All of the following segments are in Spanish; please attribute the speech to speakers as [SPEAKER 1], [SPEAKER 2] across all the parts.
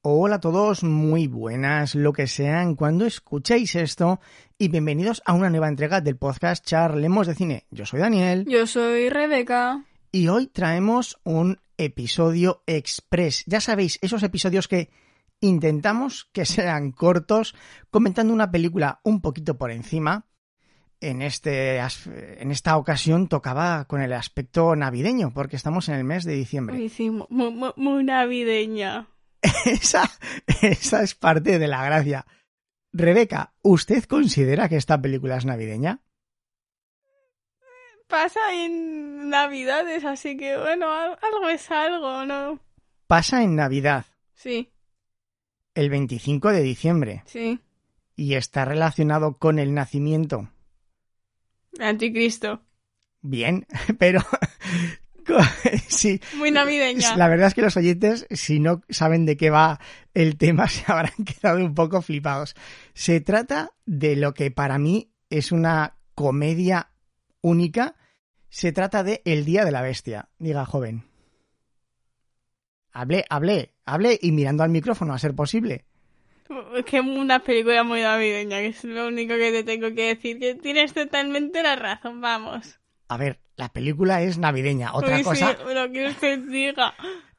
[SPEAKER 1] Hola a todos, muy buenas, lo que sean, cuando escuchéis esto y bienvenidos a una nueva entrega del podcast Charlemos de Cine. Yo soy Daniel
[SPEAKER 2] Yo soy Rebeca.
[SPEAKER 1] y hoy traemos un episodio express. Ya sabéis, esos episodios que intentamos que sean cortos, comentando una película un poquito por encima. En, este, as- en esta ocasión tocaba con el aspecto navideño, porque estamos en el mes de diciembre.
[SPEAKER 2] Ay, sí, mu- mu- mu- muy navideña.
[SPEAKER 1] Esa, esa es parte de la gracia. Rebeca, ¿usted considera que esta película es navideña?
[SPEAKER 2] Pasa en Navidades, así que bueno, al- algo es algo, ¿no?
[SPEAKER 1] Pasa en Navidad,
[SPEAKER 2] Sí,
[SPEAKER 1] el 25 de diciembre,
[SPEAKER 2] sí.
[SPEAKER 1] y está relacionado con el nacimiento.
[SPEAKER 2] Anticristo.
[SPEAKER 1] Bien, pero co- sí,
[SPEAKER 2] Muy navideña.
[SPEAKER 1] la verdad es que los oyentes, si no saben de qué va el tema, se habrán quedado un poco flipados. Se trata de lo que para mí es una comedia única. Se trata de El Día de la Bestia, diga joven. Hablé, hablé, hablé y mirando al micrófono a ser posible.
[SPEAKER 2] Es que es una película muy navideña, que es lo único que te tengo que decir. Que tienes totalmente la razón, vamos.
[SPEAKER 1] A ver, la película es navideña. Otra
[SPEAKER 2] Uy,
[SPEAKER 1] cosa,
[SPEAKER 2] sí, lo que usted diga.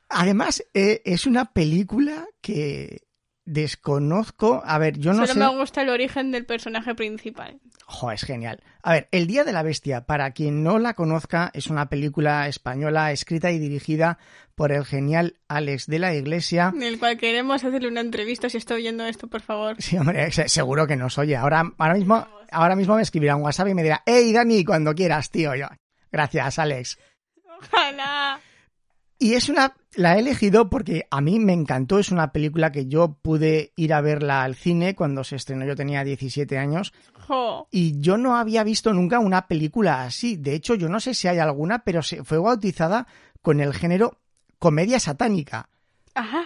[SPEAKER 1] Además, eh, es una película que desconozco. A ver, yo no
[SPEAKER 2] Solo
[SPEAKER 1] sé.
[SPEAKER 2] me gusta el origen del personaje principal.
[SPEAKER 1] Jo, es genial. A ver, El Día de la Bestia, para quien no la conozca, es una película española escrita y dirigida por el genial Alex de la Iglesia.
[SPEAKER 2] Del cual queremos hacerle una entrevista si está oyendo esto, por favor.
[SPEAKER 1] Sí, hombre, se- seguro que nos oye. Ahora, ahora, mismo, ahora mismo me escribirá un WhatsApp y me dirá, hey Dani, cuando quieras, tío. Yo, Gracias, Alex.
[SPEAKER 2] Ojalá.
[SPEAKER 1] Y es una. La he elegido porque a mí me encantó. Es una película que yo pude ir a verla al cine cuando se estrenó. Yo tenía 17 años.
[SPEAKER 2] Jo.
[SPEAKER 1] Y yo no había visto nunca una película así. De hecho, yo no sé si hay alguna, pero se fue bautizada con el género comedia satánica.
[SPEAKER 2] Ajá.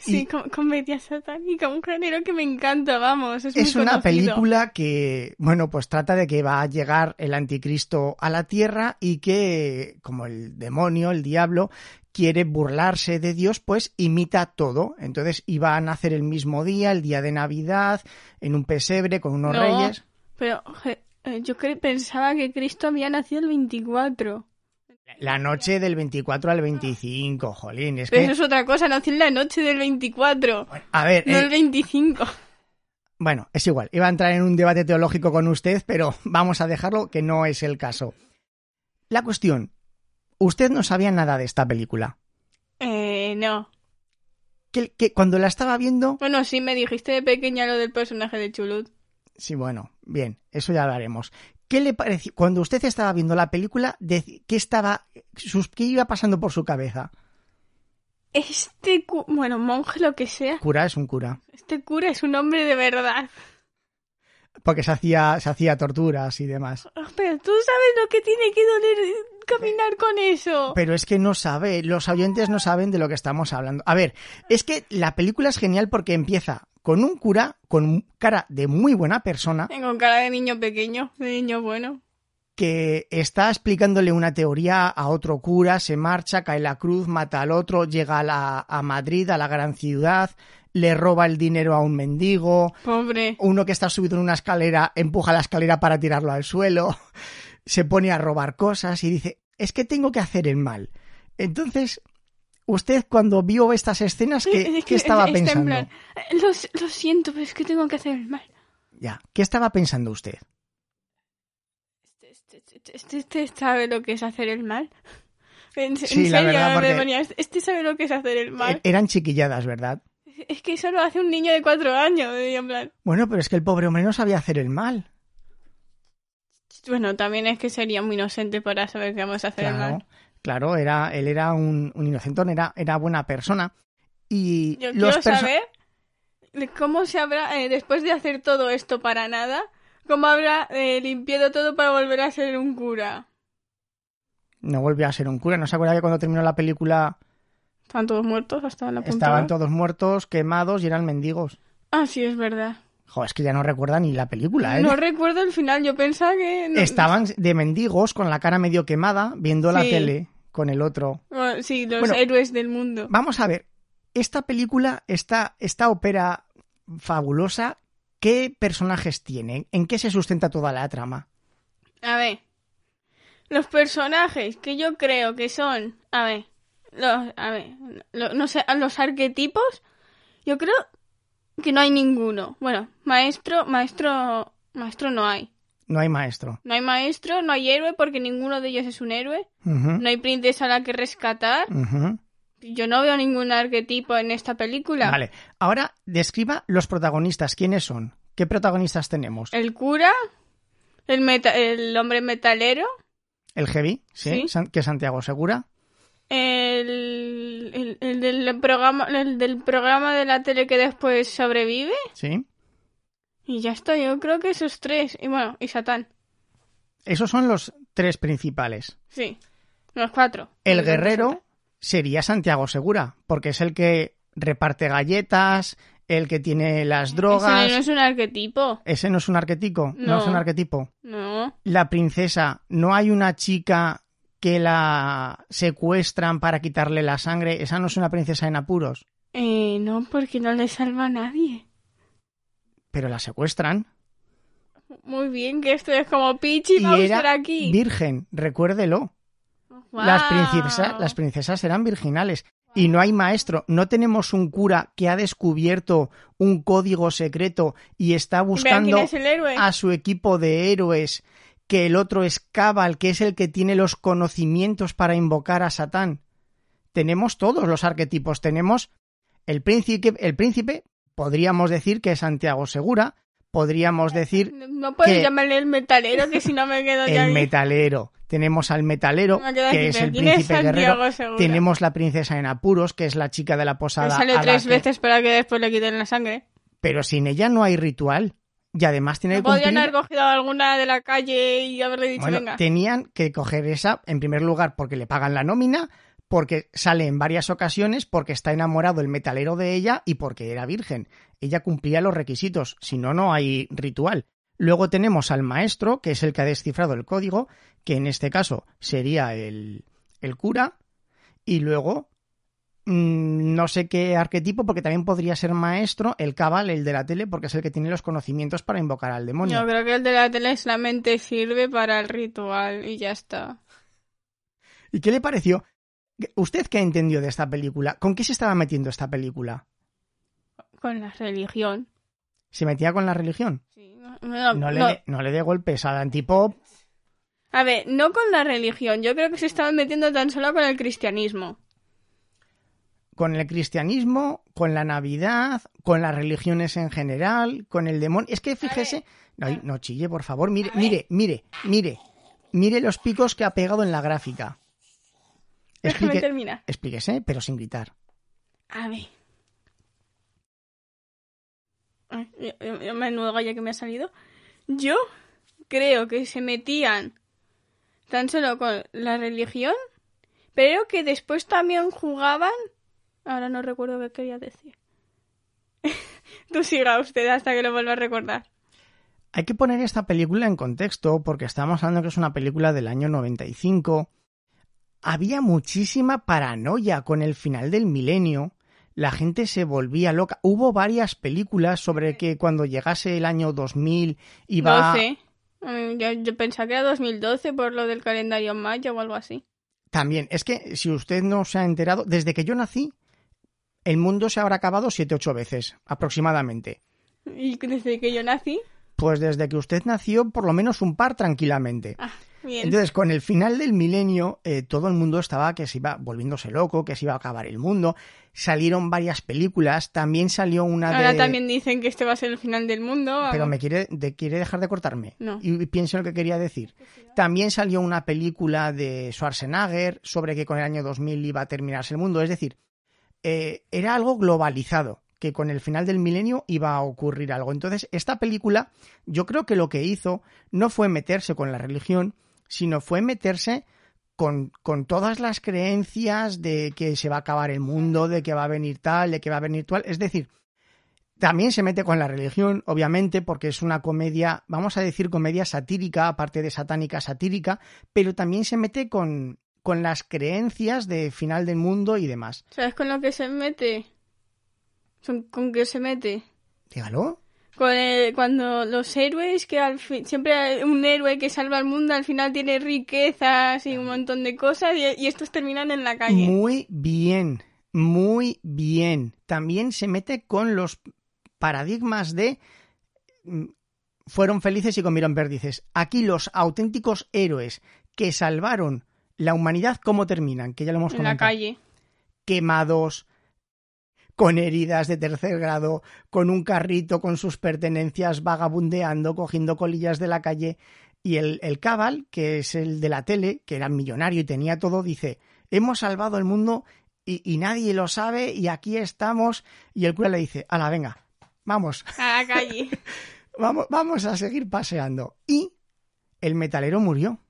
[SPEAKER 2] Sí,
[SPEAKER 1] Y-
[SPEAKER 2] com- comedia satánica, un género que me encanta, vamos. Es, muy
[SPEAKER 1] Es una
[SPEAKER 2] conocido.
[SPEAKER 1] película que, bueno, pues trata de que va a llegar el anticristo a la tierra y que, como el demonio, el diablo, quiere burlarse de Dios, pues imita todo. Entonces iba a nacer el mismo día, el día de Navidad, en un pesebre con unos
[SPEAKER 2] No.
[SPEAKER 1] reyes.
[SPEAKER 2] Pero je- eh, yo cre- pensaba que Cristo había nacido el 24.
[SPEAKER 1] La noche del 24 al 25, jolín, es
[SPEAKER 2] Pero
[SPEAKER 1] que...
[SPEAKER 2] eso es otra cosa, nació en la noche del 24,
[SPEAKER 1] A ver,
[SPEAKER 2] no
[SPEAKER 1] eh,
[SPEAKER 2] el 25.
[SPEAKER 1] Bueno, es igual, iba a entrar en un debate teológico con usted, pero vamos a dejarlo que no es el caso. La cuestión, usted no sabía nada de esta película.
[SPEAKER 2] Eh, no.
[SPEAKER 1] Que, que cuando la estaba viendo...
[SPEAKER 2] Bueno, sí, me dijiste de pequeña lo del personaje de Chulut.
[SPEAKER 1] Sí, bueno, bien, eso ya hablaremos. ¿Qué le pareció? Cuando usted estaba viendo la película, de- ¿qué estaba... sus- ¿Qué iba pasando por su cabeza?
[SPEAKER 2] Este, cu- bueno, monje lo que sea,
[SPEAKER 1] Cura es un cura.
[SPEAKER 2] este cura es un hombre de verdad.
[SPEAKER 1] Porque se hacía, se hacía torturas y demás.
[SPEAKER 2] Ah, Pero tú sabes lo que tiene que doler eh, caminar con eso.
[SPEAKER 1] Pero es que no sabe, los oyentes no saben de lo que estamos hablando. A ver, es que la película es genial porque empieza con un cura con cara de muy buena persona
[SPEAKER 2] Tengo cara de niño pequeño, de niño bueno.
[SPEAKER 1] que está explicándole una teoría a otro cura, se marcha, cae la cruz, mata al otro, llega a, la- a Madrid, a la gran ciudad, le roba el dinero a un mendigo,
[SPEAKER 2] Pobre.
[SPEAKER 1] uno que está subido en una escalera empuja la escalera para tirarlo al suelo, se pone a robar cosas y dice, es que tengo que hacer el mal. Entonces, usted cuando vio estas escenas, ¿qué,
[SPEAKER 2] Es que
[SPEAKER 1] qué estaba
[SPEAKER 2] está en
[SPEAKER 1] pensando?
[SPEAKER 2] plan, "Eh, lo, s- lo siento, pero es que tengo que hacer el mal.
[SPEAKER 1] Ya, ¿qué estaba pensando usted? E
[SPEAKER 2] Este, este- este- este- este sabe lo que es hacer el mal. En, en
[SPEAKER 1] Sí, la
[SPEAKER 2] serio,
[SPEAKER 1] verdad, porque-
[SPEAKER 2] Begoña, este- este sabe lo que es hacer el mal.
[SPEAKER 1] E- Eran chiquilladas, ¿verdad?
[SPEAKER 2] Es que eso lo hace un niño de cuatro años. y en plan,
[SPEAKER 1] Bueno, pero es que el pobre hombre no sabía hacer el mal.
[SPEAKER 2] bueno, también es que sería muy inocente para saber que vamos a hacer el
[SPEAKER 1] Claro,
[SPEAKER 2] mal.
[SPEAKER 1] claro, era, él era un, un inocentón, era, era buena persona. Y
[SPEAKER 2] Yo
[SPEAKER 1] los
[SPEAKER 2] quiero
[SPEAKER 1] perso-
[SPEAKER 2] saber de cómo se habrá, eh, después de hacer todo esto para nada, cómo habrá eh, limpiado todo para volver a ser un cura.
[SPEAKER 1] No volvió a ser un cura, ¿no se acuerda que cuando terminó la película
[SPEAKER 2] Están todos muertos hasta la punta.
[SPEAKER 1] estaban
[SPEAKER 2] ¿no?
[SPEAKER 1] todos muertos, quemados y eran mendigos?
[SPEAKER 2] Ah, sí, es verdad.
[SPEAKER 1] Joder, es que ya no recuerda ni la película, ¿eh?
[SPEAKER 2] No recuerdo el final, yo pensaba que... no-
[SPEAKER 1] Estaban de mendigos con la cara medio quemada viendo la
[SPEAKER 2] Sí.
[SPEAKER 1] tele con el otro.
[SPEAKER 2] Bueno, sí, los
[SPEAKER 1] Bueno.
[SPEAKER 2] héroes del mundo.
[SPEAKER 1] Vamos a ver, Esta película, esta, esta ópera fabulosa, ¿qué personajes tiene? ¿En qué se sustenta toda la trama?
[SPEAKER 2] A ver. Los personajes que yo creo que son. A ver. Los, a ver. lo- no sé, los arquetipos. Yo creo que no hay ninguno. Bueno, maestro, maestro. Maestro no hay.
[SPEAKER 1] No hay maestro.
[SPEAKER 2] No hay maestro, no hay héroe porque ninguno de ellos es un héroe.
[SPEAKER 1] Ujú,
[SPEAKER 2] No hay princesa a la que rescatar.
[SPEAKER 1] ujú.
[SPEAKER 2] Yo no veo ningún arquetipo en esta película.
[SPEAKER 1] Vale. Ahora describa los protagonistas. ¿Quiénes son? ¿Qué protagonistas tenemos?
[SPEAKER 2] El cura, el, meta- el hombre metalero,
[SPEAKER 1] El Heavy, ¿sí?
[SPEAKER 2] Sí.
[SPEAKER 1] San- que es Santiago Segura.
[SPEAKER 2] el, el- el del programa, el del programa de la tele que después sobrevive.
[SPEAKER 1] Sí.
[SPEAKER 2] Y ya está, yo creo que esos tres. Y bueno, y Satán.
[SPEAKER 1] Esos son los tres principales.
[SPEAKER 2] Sí, los cuatro.
[SPEAKER 1] El
[SPEAKER 2] Yo creo que
[SPEAKER 1] guerrero
[SPEAKER 2] Satán.
[SPEAKER 1] sería Santiago Segura, porque es el que reparte galletas, el que tiene las drogas.
[SPEAKER 2] Ese no es un arquetipo.
[SPEAKER 1] Ese no es un arquetipo, no,
[SPEAKER 2] No.
[SPEAKER 1] es un arquetipo.
[SPEAKER 2] No.
[SPEAKER 1] La princesa, no hay una chica que la secuestran para quitarle la sangre. Esa no es una princesa en apuros,
[SPEAKER 2] Eh, no, porque no le salva a nadie.
[SPEAKER 1] pero la secuestran.
[SPEAKER 2] Muy bien, que esto es como Pichi
[SPEAKER 1] Y
[SPEAKER 2] va a
[SPEAKER 1] era
[SPEAKER 2] estar aquí.
[SPEAKER 1] Virgen, recuérdelo.
[SPEAKER 2] Guau.
[SPEAKER 1] Las, princesas, las princesas eran virginales. Y no hay maestro, no tenemos un cura que ha descubierto un código secreto y está
[SPEAKER 2] Y vean
[SPEAKER 1] buscando
[SPEAKER 2] quién es el héroe.
[SPEAKER 1] a su equipo de héroes, que el otro es Cabal, que es el que tiene los conocimientos para invocar a Satán. Tenemos todos los arquetipos, tenemos el príncipe, el príncipe podríamos decir que es Santiago Segura, podríamos decir
[SPEAKER 2] No- No puedes
[SPEAKER 1] que-
[SPEAKER 2] llamarle el metalero, que si no me quedo ya.
[SPEAKER 1] el metalero, tenemos al metalero,
[SPEAKER 2] Me quedo aquí,
[SPEAKER 1] que es
[SPEAKER 2] pero
[SPEAKER 1] el
[SPEAKER 2] ¿quién
[SPEAKER 1] príncipe guerrero,
[SPEAKER 2] Santiago Segura?
[SPEAKER 1] tenemos la princesa en apuros, que es la chica de la
[SPEAKER 2] Me
[SPEAKER 1] posada,
[SPEAKER 2] sale
[SPEAKER 1] a la
[SPEAKER 2] tres
[SPEAKER 1] que-
[SPEAKER 2] veces para que después le quiten la sangre.
[SPEAKER 1] pero sin ella no hay ritual. Y además tiene que
[SPEAKER 2] Podrían
[SPEAKER 1] cumplir
[SPEAKER 2] haber cogido alguna de la calle y haberle dicho,
[SPEAKER 1] Bueno,
[SPEAKER 2] venga.
[SPEAKER 1] tenían que coger esa, en primer lugar, porque le pagan la nómina, porque sale en varias ocasiones, porque está enamorado el metalero de ella y porque era virgen. Ella cumplía los requisitos, si no, no hay ritual. Luego tenemos al maestro, que es el que ha descifrado el código, que en este caso sería el, el cura, y luego mm, no sé qué arquetipo, porque también podría ser maestro, el cabal, el de la tele, porque es el que tiene los conocimientos para invocar al demonio.
[SPEAKER 2] Yo creo que el de la tele solamente sirve para el ritual y ya está.
[SPEAKER 1] ¿Y qué le pareció? ¿Usted qué entendió de esta película? ¿Con qué se estaba metiendo esta película?
[SPEAKER 2] Con la religión.
[SPEAKER 1] ¿Se metía con la religión?
[SPEAKER 2] Sí, no- no-
[SPEAKER 1] No le,
[SPEAKER 2] Ah, no.
[SPEAKER 1] dé- no le dé golpes al antipop.
[SPEAKER 2] A ver, no con la religión. Yo creo que se estaban metiendo tan solo con el cristianismo.
[SPEAKER 1] Con el cristianismo, con la Navidad, con las religiones en general, con el demonio. Es que fíjese. No, no chille, por favor. Mire, mire, mire, mire. Mire los picos que ha pegado en la gráfica.
[SPEAKER 2] Déjame
[SPEAKER 1] Explique-
[SPEAKER 2] terminar.
[SPEAKER 1] explíquese, pero sin gritar.
[SPEAKER 2] A ver. Ay, yo- yo- yo Menudo gallo que me ha salido. Yo creo que se metían tan solo con la religión, pero que después también jugaban. Ahora no recuerdo qué quería decir. Tú siga usted hasta que lo vuelva a recordar.
[SPEAKER 1] Hay que poner esta película en contexto porque estamos hablando que es una película del año 95. Había muchísima paranoia con el final del milenio. La gente se volvía loca. Hubo varias películas sobre que cuando llegase el año 2000 iba...
[SPEAKER 2] 12. Mm, Yo, yo pensaba que era 2012 por lo del calendario mayo o algo así.
[SPEAKER 1] También, es que si usted no se ha enterado, desde que yo nací, el mundo se habrá acabado siete ocho veces, aproximadamente.
[SPEAKER 2] Y desde que yo nací.
[SPEAKER 1] Pues desde que usted nació, por lo menos un par tranquilamente.
[SPEAKER 2] Ah, bien.
[SPEAKER 1] Entonces, con el final del milenio, eh, todo el mundo estaba que se iba volviéndose loco, que se iba a acabar el mundo. Salieron varias películas, también salió una
[SPEAKER 2] Ahora
[SPEAKER 1] de...
[SPEAKER 2] también dicen que este va a ser el final del mundo.
[SPEAKER 1] Pero
[SPEAKER 2] vamos.
[SPEAKER 1] me quiere, de- quiere dejar de cortarme.
[SPEAKER 2] No.
[SPEAKER 1] Y pienso en lo que quería decir. También salió una película de Schwarzenegger sobre que con el año 2000 iba a terminarse el mundo. Es decir, eh, era algo globalizado, que con el final del milenio iba a ocurrir algo. Entonces, esta película, yo creo que lo que hizo no fue meterse con la religión, sino fue meterse con, con todas las creencias de que se va a acabar el mundo, de que va a venir tal, de que va a venir tal. Es decir, también se mete con la religión, obviamente, porque es una comedia, vamos a decir comedia satírica, aparte de satánica satírica, pero también se mete con, con las creencias de final del mundo y demás.
[SPEAKER 2] ¿Sabes con lo que se mete? ¿Son- ¿Con qué se mete?
[SPEAKER 1] Dígalo.
[SPEAKER 2] Con el- cuando los héroes, que al fin, siempre hay un héroe que salva al mundo al final tiene riquezas y un montón de cosas y, y estos terminan en la calle.
[SPEAKER 1] Muy bien, muy bien. También se mete con los paradigmas de mm, fueron felices y comieron perdices. Aquí los auténticos héroes que salvaron la humanidad, ¿cómo terminan? Que ya lo hemos
[SPEAKER 2] en la
[SPEAKER 1] comentado.
[SPEAKER 2] calle.
[SPEAKER 1] Quemados, con heridas de tercer grado, con un carrito, con sus pertenencias, vagabundeando, cogiendo colillas de la calle. Y el, el Cabal, que es el de la tele, que era millonario y tenía todo, dice, hemos salvado el mundo y, y nadie lo sabe y aquí estamos. Y el cura le dice, ala, venga, vamos,
[SPEAKER 2] A la calle.
[SPEAKER 1] vamos, vamos a seguir paseando. Y el metalero murió.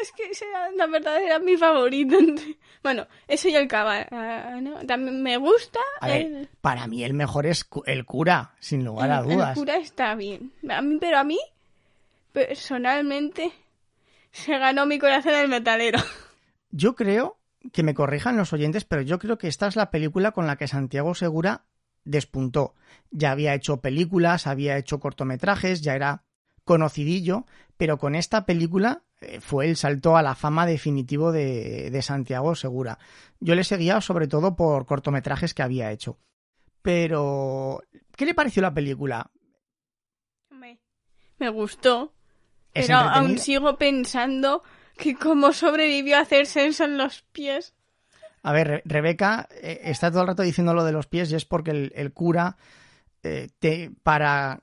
[SPEAKER 2] es que esa, la verdad era mi favorito. Bueno, eso y el cabal. ah, ¿no? También me gusta.
[SPEAKER 1] A ver,
[SPEAKER 2] el-
[SPEAKER 1] Para mí el mejor es cu- el cura, sin lugar a
[SPEAKER 2] El- el
[SPEAKER 1] dudas.
[SPEAKER 2] cura está bien. A mí, pero a mí, personalmente, se ganó mi corazón el metalero.
[SPEAKER 1] Yo creo que me corrijan los oyentes, pero yo creo que esta es la película con la que Santiago Segura despuntó. Ya había hecho películas, había hecho cortometrajes, ya era conocidillo, pero con esta película eh, fue el salto a la fama definitivo de, de Santiago Segura. Yo le seguía sobre todo por cortometrajes que había hecho. Pero, ¿qué le pareció la película?
[SPEAKER 2] Me, me gustó.
[SPEAKER 1] ¿Es
[SPEAKER 2] Pero aún
[SPEAKER 1] entretenida?
[SPEAKER 2] sigo pensando que cómo sobrevivió a hacer censo en los pies.
[SPEAKER 1] A ver, Re- Rebeca eh, está todo el rato diciendo lo de los pies y es porque el, el cura, eh, te- para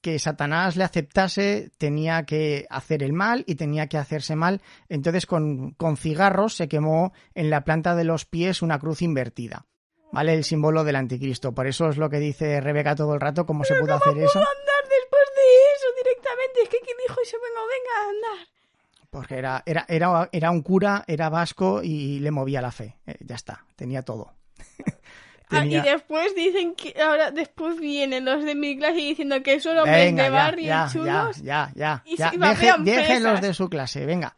[SPEAKER 1] que Satanás le aceptase, tenía que hacer el mal y tenía que hacerse mal. Entonces, con, con cigarros se quemó en la planta de los pies una cruz invertida. ¿Vale? El símbolo del anticristo. Por eso es lo que dice Rebeca todo el rato, cómo se pudo hacer eso.
[SPEAKER 2] Andar después de eso directamente. Es que ¿quién dijo eso? Venga, venga, andar.
[SPEAKER 1] Porque era, era, era, era un cura, era vasco y le movía la fe. Eh, ya está, tenía todo.
[SPEAKER 2] Ah,
[SPEAKER 1] Tenía-
[SPEAKER 2] y después dicen que ahora después vienen los de mi clase diciendo que son hombres
[SPEAKER 1] Venga,
[SPEAKER 2] de
[SPEAKER 1] ya,
[SPEAKER 2] barrio y
[SPEAKER 1] ya,
[SPEAKER 2] chulos.
[SPEAKER 1] Ya, ya, ya.
[SPEAKER 2] y
[SPEAKER 1] ya.
[SPEAKER 2] se
[SPEAKER 1] Deje-
[SPEAKER 2] babean
[SPEAKER 1] déjenlos
[SPEAKER 2] pesas.
[SPEAKER 1] de su clase, venga.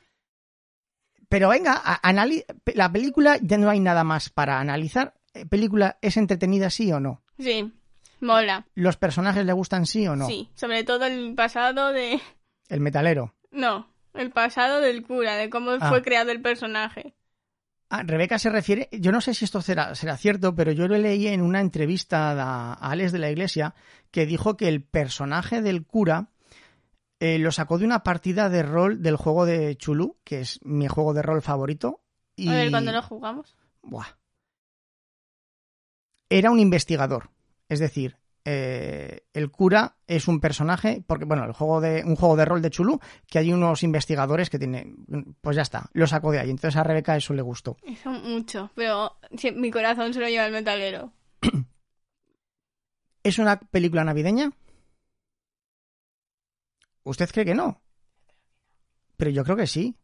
[SPEAKER 1] Pero venga, a- anali- pe- la película ya no hay nada más para analizar. Eh, ¿Película es entretenida sí o no?
[SPEAKER 2] Sí, mola.
[SPEAKER 1] ¿Los personajes le gustan sí o no?
[SPEAKER 2] Sí, sobre todo el pasado de...
[SPEAKER 1] El metalero.
[SPEAKER 2] No, el pasado del cura, de cómo
[SPEAKER 1] Ah.
[SPEAKER 2] fue creado el personaje.
[SPEAKER 1] Ah, Rebeca se refiere, yo no sé si esto será, será cierto, pero yo lo leí en una entrevista a, a Alex de la Iglesia que dijo que el personaje del cura eh, lo sacó de una partida de rol del juego de Chulú, que es mi juego de rol favorito. Y...
[SPEAKER 2] A ver, cuando lo jugamos.
[SPEAKER 1] Buah. Era un investigador. Es decir, eh, el cura es un personaje, porque, bueno, el juego de, un juego de rol de Chulú, que hay unos investigadores que tienen. Pues ya está, lo sacó de ahí. Entonces a Rebeca eso le gustó.
[SPEAKER 2] Eso mucho, pero sí, mi corazón se lo lleva el metalero.
[SPEAKER 1] ¿Es una película navideña? ¿Usted cree que no? Pero yo creo que sí.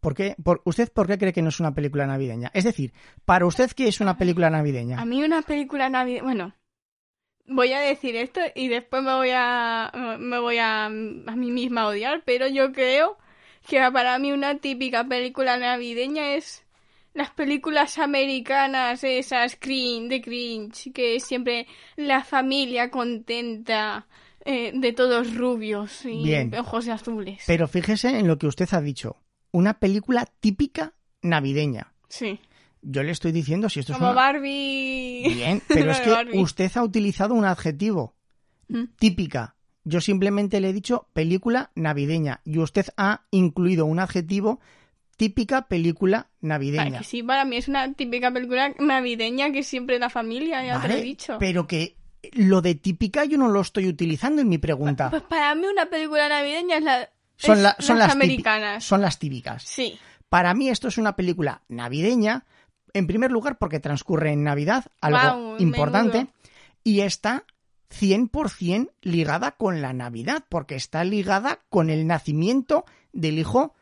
[SPEAKER 1] ¿Por qué? Por, ¿Usted por qué cree que no es una película navideña? Es decir, para usted, ¿qué es una película navideña?
[SPEAKER 2] A mí una película navideña... Bueno, voy a decir esto y después me voy a... Me voy a, a mí misma a odiar, pero yo creo que para mí una típica película navideña es las películas americanas, esas cringe, de cringe, que es siempre la familia contenta eh, de todos rubios y
[SPEAKER 1] Bien.
[SPEAKER 2] ojos azules.
[SPEAKER 1] Pero fíjese en lo que usted ha dicho. Una película típica navideña.
[SPEAKER 2] sí.
[SPEAKER 1] Yo le estoy diciendo si esto
[SPEAKER 2] Como
[SPEAKER 1] es una...
[SPEAKER 2] Barbie.
[SPEAKER 1] Bien, pero es
[SPEAKER 2] Lo de
[SPEAKER 1] que
[SPEAKER 2] Barbie.
[SPEAKER 1] usted ha utilizado un adjetivo.
[SPEAKER 2] Mm.
[SPEAKER 1] Típica. Yo simplemente le he dicho película navideña y usted ha incluido un adjetivo típica película
[SPEAKER 2] Para
[SPEAKER 1] navideña.
[SPEAKER 2] que sí, para mí es una típica película navideña que siempre la familia, ya te lo
[SPEAKER 1] Vale,
[SPEAKER 2] he dicho.
[SPEAKER 1] Pero que lo de típica yo no lo estoy utilizando en mi pregunta.
[SPEAKER 2] Pues para mí una película navideña es la
[SPEAKER 1] Son,
[SPEAKER 2] es
[SPEAKER 1] la- son
[SPEAKER 2] las
[SPEAKER 1] las típi-
[SPEAKER 2] americanas.
[SPEAKER 1] son las típicas.
[SPEAKER 2] Sí,
[SPEAKER 1] Para mí esto es una película navideña, en primer lugar porque transcurre en Navidad, algo
[SPEAKER 2] Guau,
[SPEAKER 1] importante,
[SPEAKER 2] menudo.
[SPEAKER 1] y está 100% ligada con la Navidad, porque está ligada con el nacimiento del Hijo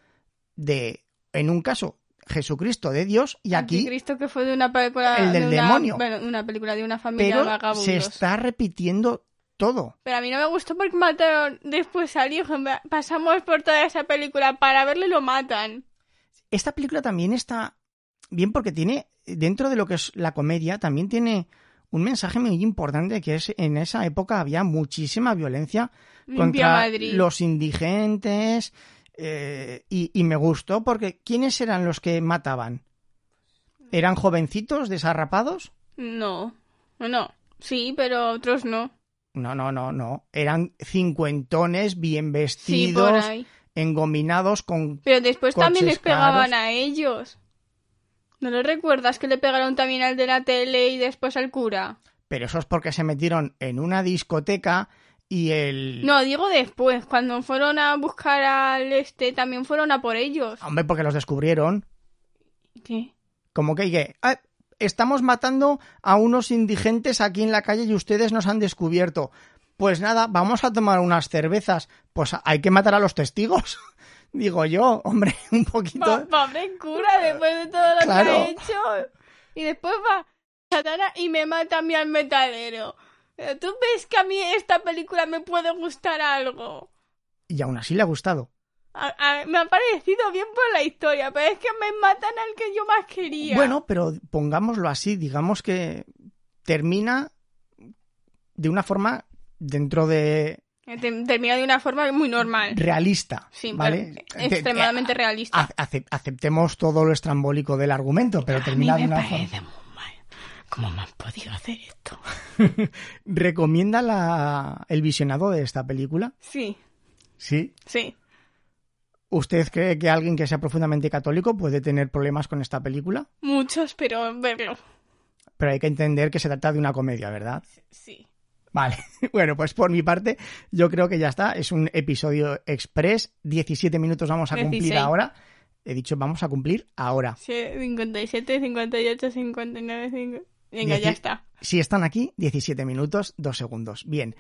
[SPEAKER 1] de, en un caso, Jesucristo de Dios, y aquí,
[SPEAKER 2] Cristo que fue de una película
[SPEAKER 1] El del
[SPEAKER 2] de una,
[SPEAKER 1] demonio.
[SPEAKER 2] bueno, una película de una familia de
[SPEAKER 1] pero
[SPEAKER 2] vagabundos.
[SPEAKER 1] se está repitiendo todo.
[SPEAKER 2] Pero a mí no me gustó porque mataron después al hijo. en plan, Pasamos por toda esa película para verle lo matan.
[SPEAKER 1] Esta película también está bien porque tiene, dentro de lo que es la comedia, también tiene un mensaje muy importante que es en esa época había muchísima violencia
[SPEAKER 2] Limpia
[SPEAKER 1] contra
[SPEAKER 2] Madrid.
[SPEAKER 1] los indigentes eh, y, y me gustó porque ¿quiénes eran los que mataban? ¿Eran jovencitos desarrapados?
[SPEAKER 2] No. No, no. Sí, pero otros no.
[SPEAKER 1] No, no, no, no. Eran cincuentones bien
[SPEAKER 2] Sí, por
[SPEAKER 1] vestidos,
[SPEAKER 2] ahí.
[SPEAKER 1] engominados con...
[SPEAKER 2] Pero después también
[SPEAKER 1] coches
[SPEAKER 2] les pegaban
[SPEAKER 1] caros.
[SPEAKER 2] a ellos. ¿No lo recuerdas que le pegaron también al de la tele y después al cura?
[SPEAKER 1] Pero eso es porque se metieron en una discoteca y el...
[SPEAKER 2] No, digo después, cuando fueron a buscar al este, también fueron a por ellos.
[SPEAKER 1] Hombre, porque los descubrieron.
[SPEAKER 2] ¿Qué?
[SPEAKER 1] Como que, que, "Ah, estamos matando a unos indigentes aquí en la calle y ustedes nos han descubierto. Pues nada, vamos a tomar unas cervezas. Pues hay que matar a los testigos. Digo yo, hombre, un poquito.
[SPEAKER 2] Pa- Pobre cura, después de todo lo
[SPEAKER 1] ¿eh? Claro.
[SPEAKER 2] que ha hecho. Y después va Satana y me mata a mí al metalero. Pero ¿Tú ves que a mí esta película me puede gustar algo?
[SPEAKER 1] Y aún así le ha gustado.
[SPEAKER 2] A- a- me ha parecido bien por la historia, pero es que me matan al que yo más quería.
[SPEAKER 1] Bueno, pero pongámoslo así, digamos que termina de una forma dentro de
[SPEAKER 2] Eh, te- Termina de una forma muy normal.
[SPEAKER 1] realista,
[SPEAKER 2] Sí,
[SPEAKER 1] ¿vale? ah,
[SPEAKER 2] pero extremadamente realista.
[SPEAKER 1] A- ace- aceptemos todo lo estrambólico del argumento, pero termina de una forma.
[SPEAKER 2] muy mal. ¿Cómo me han podido hacer esto?
[SPEAKER 1] ¿Recomienda la- el visionado de esta película?
[SPEAKER 2] Sí,
[SPEAKER 1] Sí.
[SPEAKER 2] sí.
[SPEAKER 1] ¿Usted cree que alguien que sea profundamente católico puede tener problemas con esta película?
[SPEAKER 2] Muchos, pero verlo.
[SPEAKER 1] Pero hay que entender que se trata de una comedia, ¿verdad?
[SPEAKER 2] Sí.
[SPEAKER 1] Vale. Bueno, pues por mi parte, yo creo que ya está. Es un episodio express. 17 minutos vamos a cumplir
[SPEAKER 2] 16.
[SPEAKER 1] ahora. He dicho, vamos a cumplir ahora.
[SPEAKER 2] 57, 58, 59, 5. Venga,
[SPEAKER 1] Dieci-
[SPEAKER 2] ya está.
[SPEAKER 1] Si están aquí, 17 minutos, 2 segundos. Bien.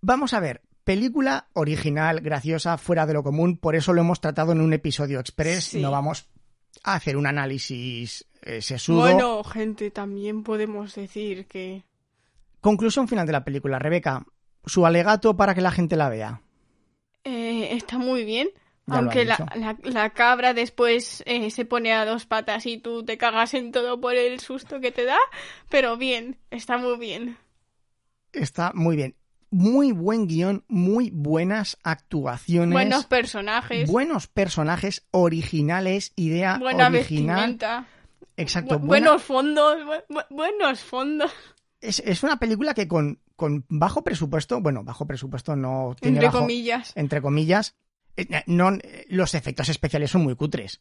[SPEAKER 1] Vamos a ver. Película original, graciosa, fuera de lo común. Por eso lo hemos tratado en un episodio express.
[SPEAKER 2] Sí.
[SPEAKER 1] No vamos a hacer un análisis eh, sesudo.
[SPEAKER 2] Bueno, gente, también podemos decir que.
[SPEAKER 1] Conclusión final de la película. Rebeca, su alegato para que la gente la vea.
[SPEAKER 2] Eh, está muy bien.
[SPEAKER 1] Ya lo
[SPEAKER 2] Aunque
[SPEAKER 1] has
[SPEAKER 2] la,
[SPEAKER 1] dicho.
[SPEAKER 2] la- la cabra después eh, se pone a dos patas y tú te cagas en todo por el susto que te da, pero bien, está muy bien.
[SPEAKER 1] Está muy bien. Muy buen guión, muy buenas actuaciones.
[SPEAKER 2] Buenos personajes,
[SPEAKER 1] buenos personajes originales, idea
[SPEAKER 2] buena
[SPEAKER 1] original.
[SPEAKER 2] vestimenta,
[SPEAKER 1] Exacto.
[SPEAKER 2] bu-
[SPEAKER 1] buena-
[SPEAKER 2] buenos fondos, bu- bu- buenos fondos,
[SPEAKER 1] Es, es una película que con, con bajo presupuesto, bueno, bajo presupuesto no tiene
[SPEAKER 2] entre
[SPEAKER 1] bajo-
[SPEAKER 2] comillas.
[SPEAKER 1] entre comillas, eh, no, eh, los efectos especiales son muy cutres.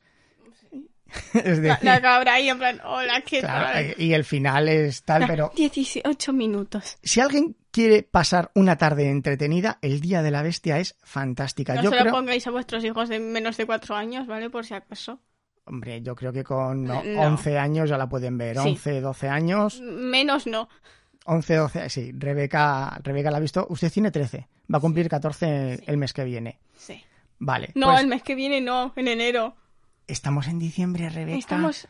[SPEAKER 1] Es
[SPEAKER 2] La,
[SPEAKER 1] decir,
[SPEAKER 2] la cabra ahí en plan, hola, ¿qué
[SPEAKER 1] claro,
[SPEAKER 2] tal?
[SPEAKER 1] eh, y el final es tal, pero
[SPEAKER 2] 18 minutos.
[SPEAKER 1] si alguien quiere pasar una tarde entretenida, El Día de la Bestia es fantástica.
[SPEAKER 2] No
[SPEAKER 1] yo
[SPEAKER 2] se lo
[SPEAKER 1] creo,
[SPEAKER 2] pongáis a vuestros hijos de menos de 4 años, ¿vale? Por si acaso.
[SPEAKER 1] hombre, yo creo que con no,
[SPEAKER 2] No.
[SPEAKER 1] 11 años ya la pueden ver,
[SPEAKER 2] Sí.
[SPEAKER 1] 11, 12 años,
[SPEAKER 2] Menos no.
[SPEAKER 1] 11, 12, sí, Rebeca, Rebeca la ha visto, usted tiene 13, va a cumplir 14 el mes que viene.
[SPEAKER 2] Sí.
[SPEAKER 1] Vale.
[SPEAKER 2] No,
[SPEAKER 1] pues
[SPEAKER 2] el mes que viene no, en enero.
[SPEAKER 1] Estamos en diciembre, Rebeca.
[SPEAKER 2] Estamos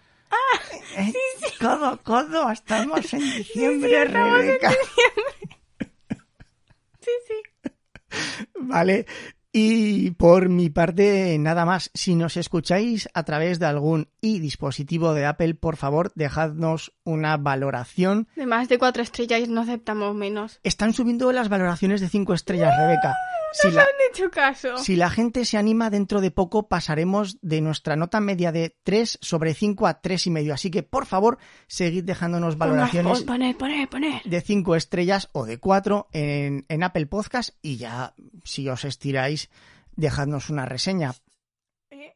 [SPEAKER 1] Eh, Codo, codo, estamos en diciembre, Rebeca.
[SPEAKER 2] Sí, sí.
[SPEAKER 1] Vale. Y por mi parte, nada más. Si nos escucháis a través de algún i dispositivo de Apple, por favor, dejadnos una valoración.
[SPEAKER 2] De más de cuatro estrellas no aceptamos menos.
[SPEAKER 1] Están subiendo las valoraciones de 5 estrellas, Rebeca. Si la,
[SPEAKER 2] Uh, Han hecho caso.
[SPEAKER 1] si la gente se anima, dentro de poco pasaremos de nuestra nota media de 3 sobre 5 a 3,5. Así que, por favor, seguid dejándonos valoraciones.
[SPEAKER 2] Poner, poner, poner.
[SPEAKER 1] de 5 estrellas o de 4 en, en Apple Podcast y ya si os estiráis dejadnos una reseña.
[SPEAKER 2] Eh,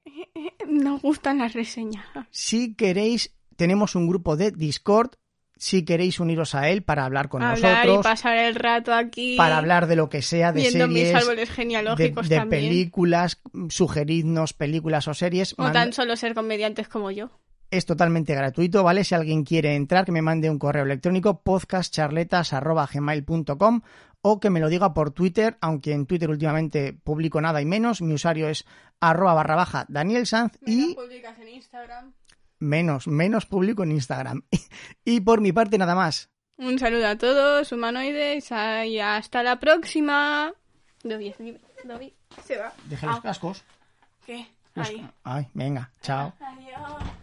[SPEAKER 2] Nos gustan las reseñas.
[SPEAKER 1] Si queréis, tenemos un grupo de Discord, si queréis uniros a él para hablar con
[SPEAKER 2] Hablar y
[SPEAKER 1] nosotros,
[SPEAKER 2] pasar el rato aquí.
[SPEAKER 1] para hablar de lo que sea, de
[SPEAKER 2] Viendo mis
[SPEAKER 1] series,
[SPEAKER 2] árboles
[SPEAKER 1] de,
[SPEAKER 2] genealógicos
[SPEAKER 1] de
[SPEAKER 2] también.
[SPEAKER 1] películas, sugeridnos películas o series.
[SPEAKER 2] O
[SPEAKER 1] mand-
[SPEAKER 2] tan solo ser comediantes como yo.
[SPEAKER 1] Es totalmente gratuito, ¿vale? Si alguien quiere entrar, que me mande un correo electrónico podcastcharletas.gmail.com o que me lo diga por Twitter, aunque en Twitter últimamente publico nada y menos. Mi usuario es arroba barra baja Daniel Sanz y
[SPEAKER 2] publicas en Instagram.
[SPEAKER 1] menos, menos publico en Instagram. y por mi parte nada más.
[SPEAKER 2] Un saludo a todos, humanoides, ah, y hasta la próxima. Dobby, Dobby, se va.
[SPEAKER 1] Deje
[SPEAKER 2] los
[SPEAKER 1] cascos.
[SPEAKER 2] ¿Qué? Ahí.
[SPEAKER 1] Ay, venga, chao.
[SPEAKER 2] Adiós.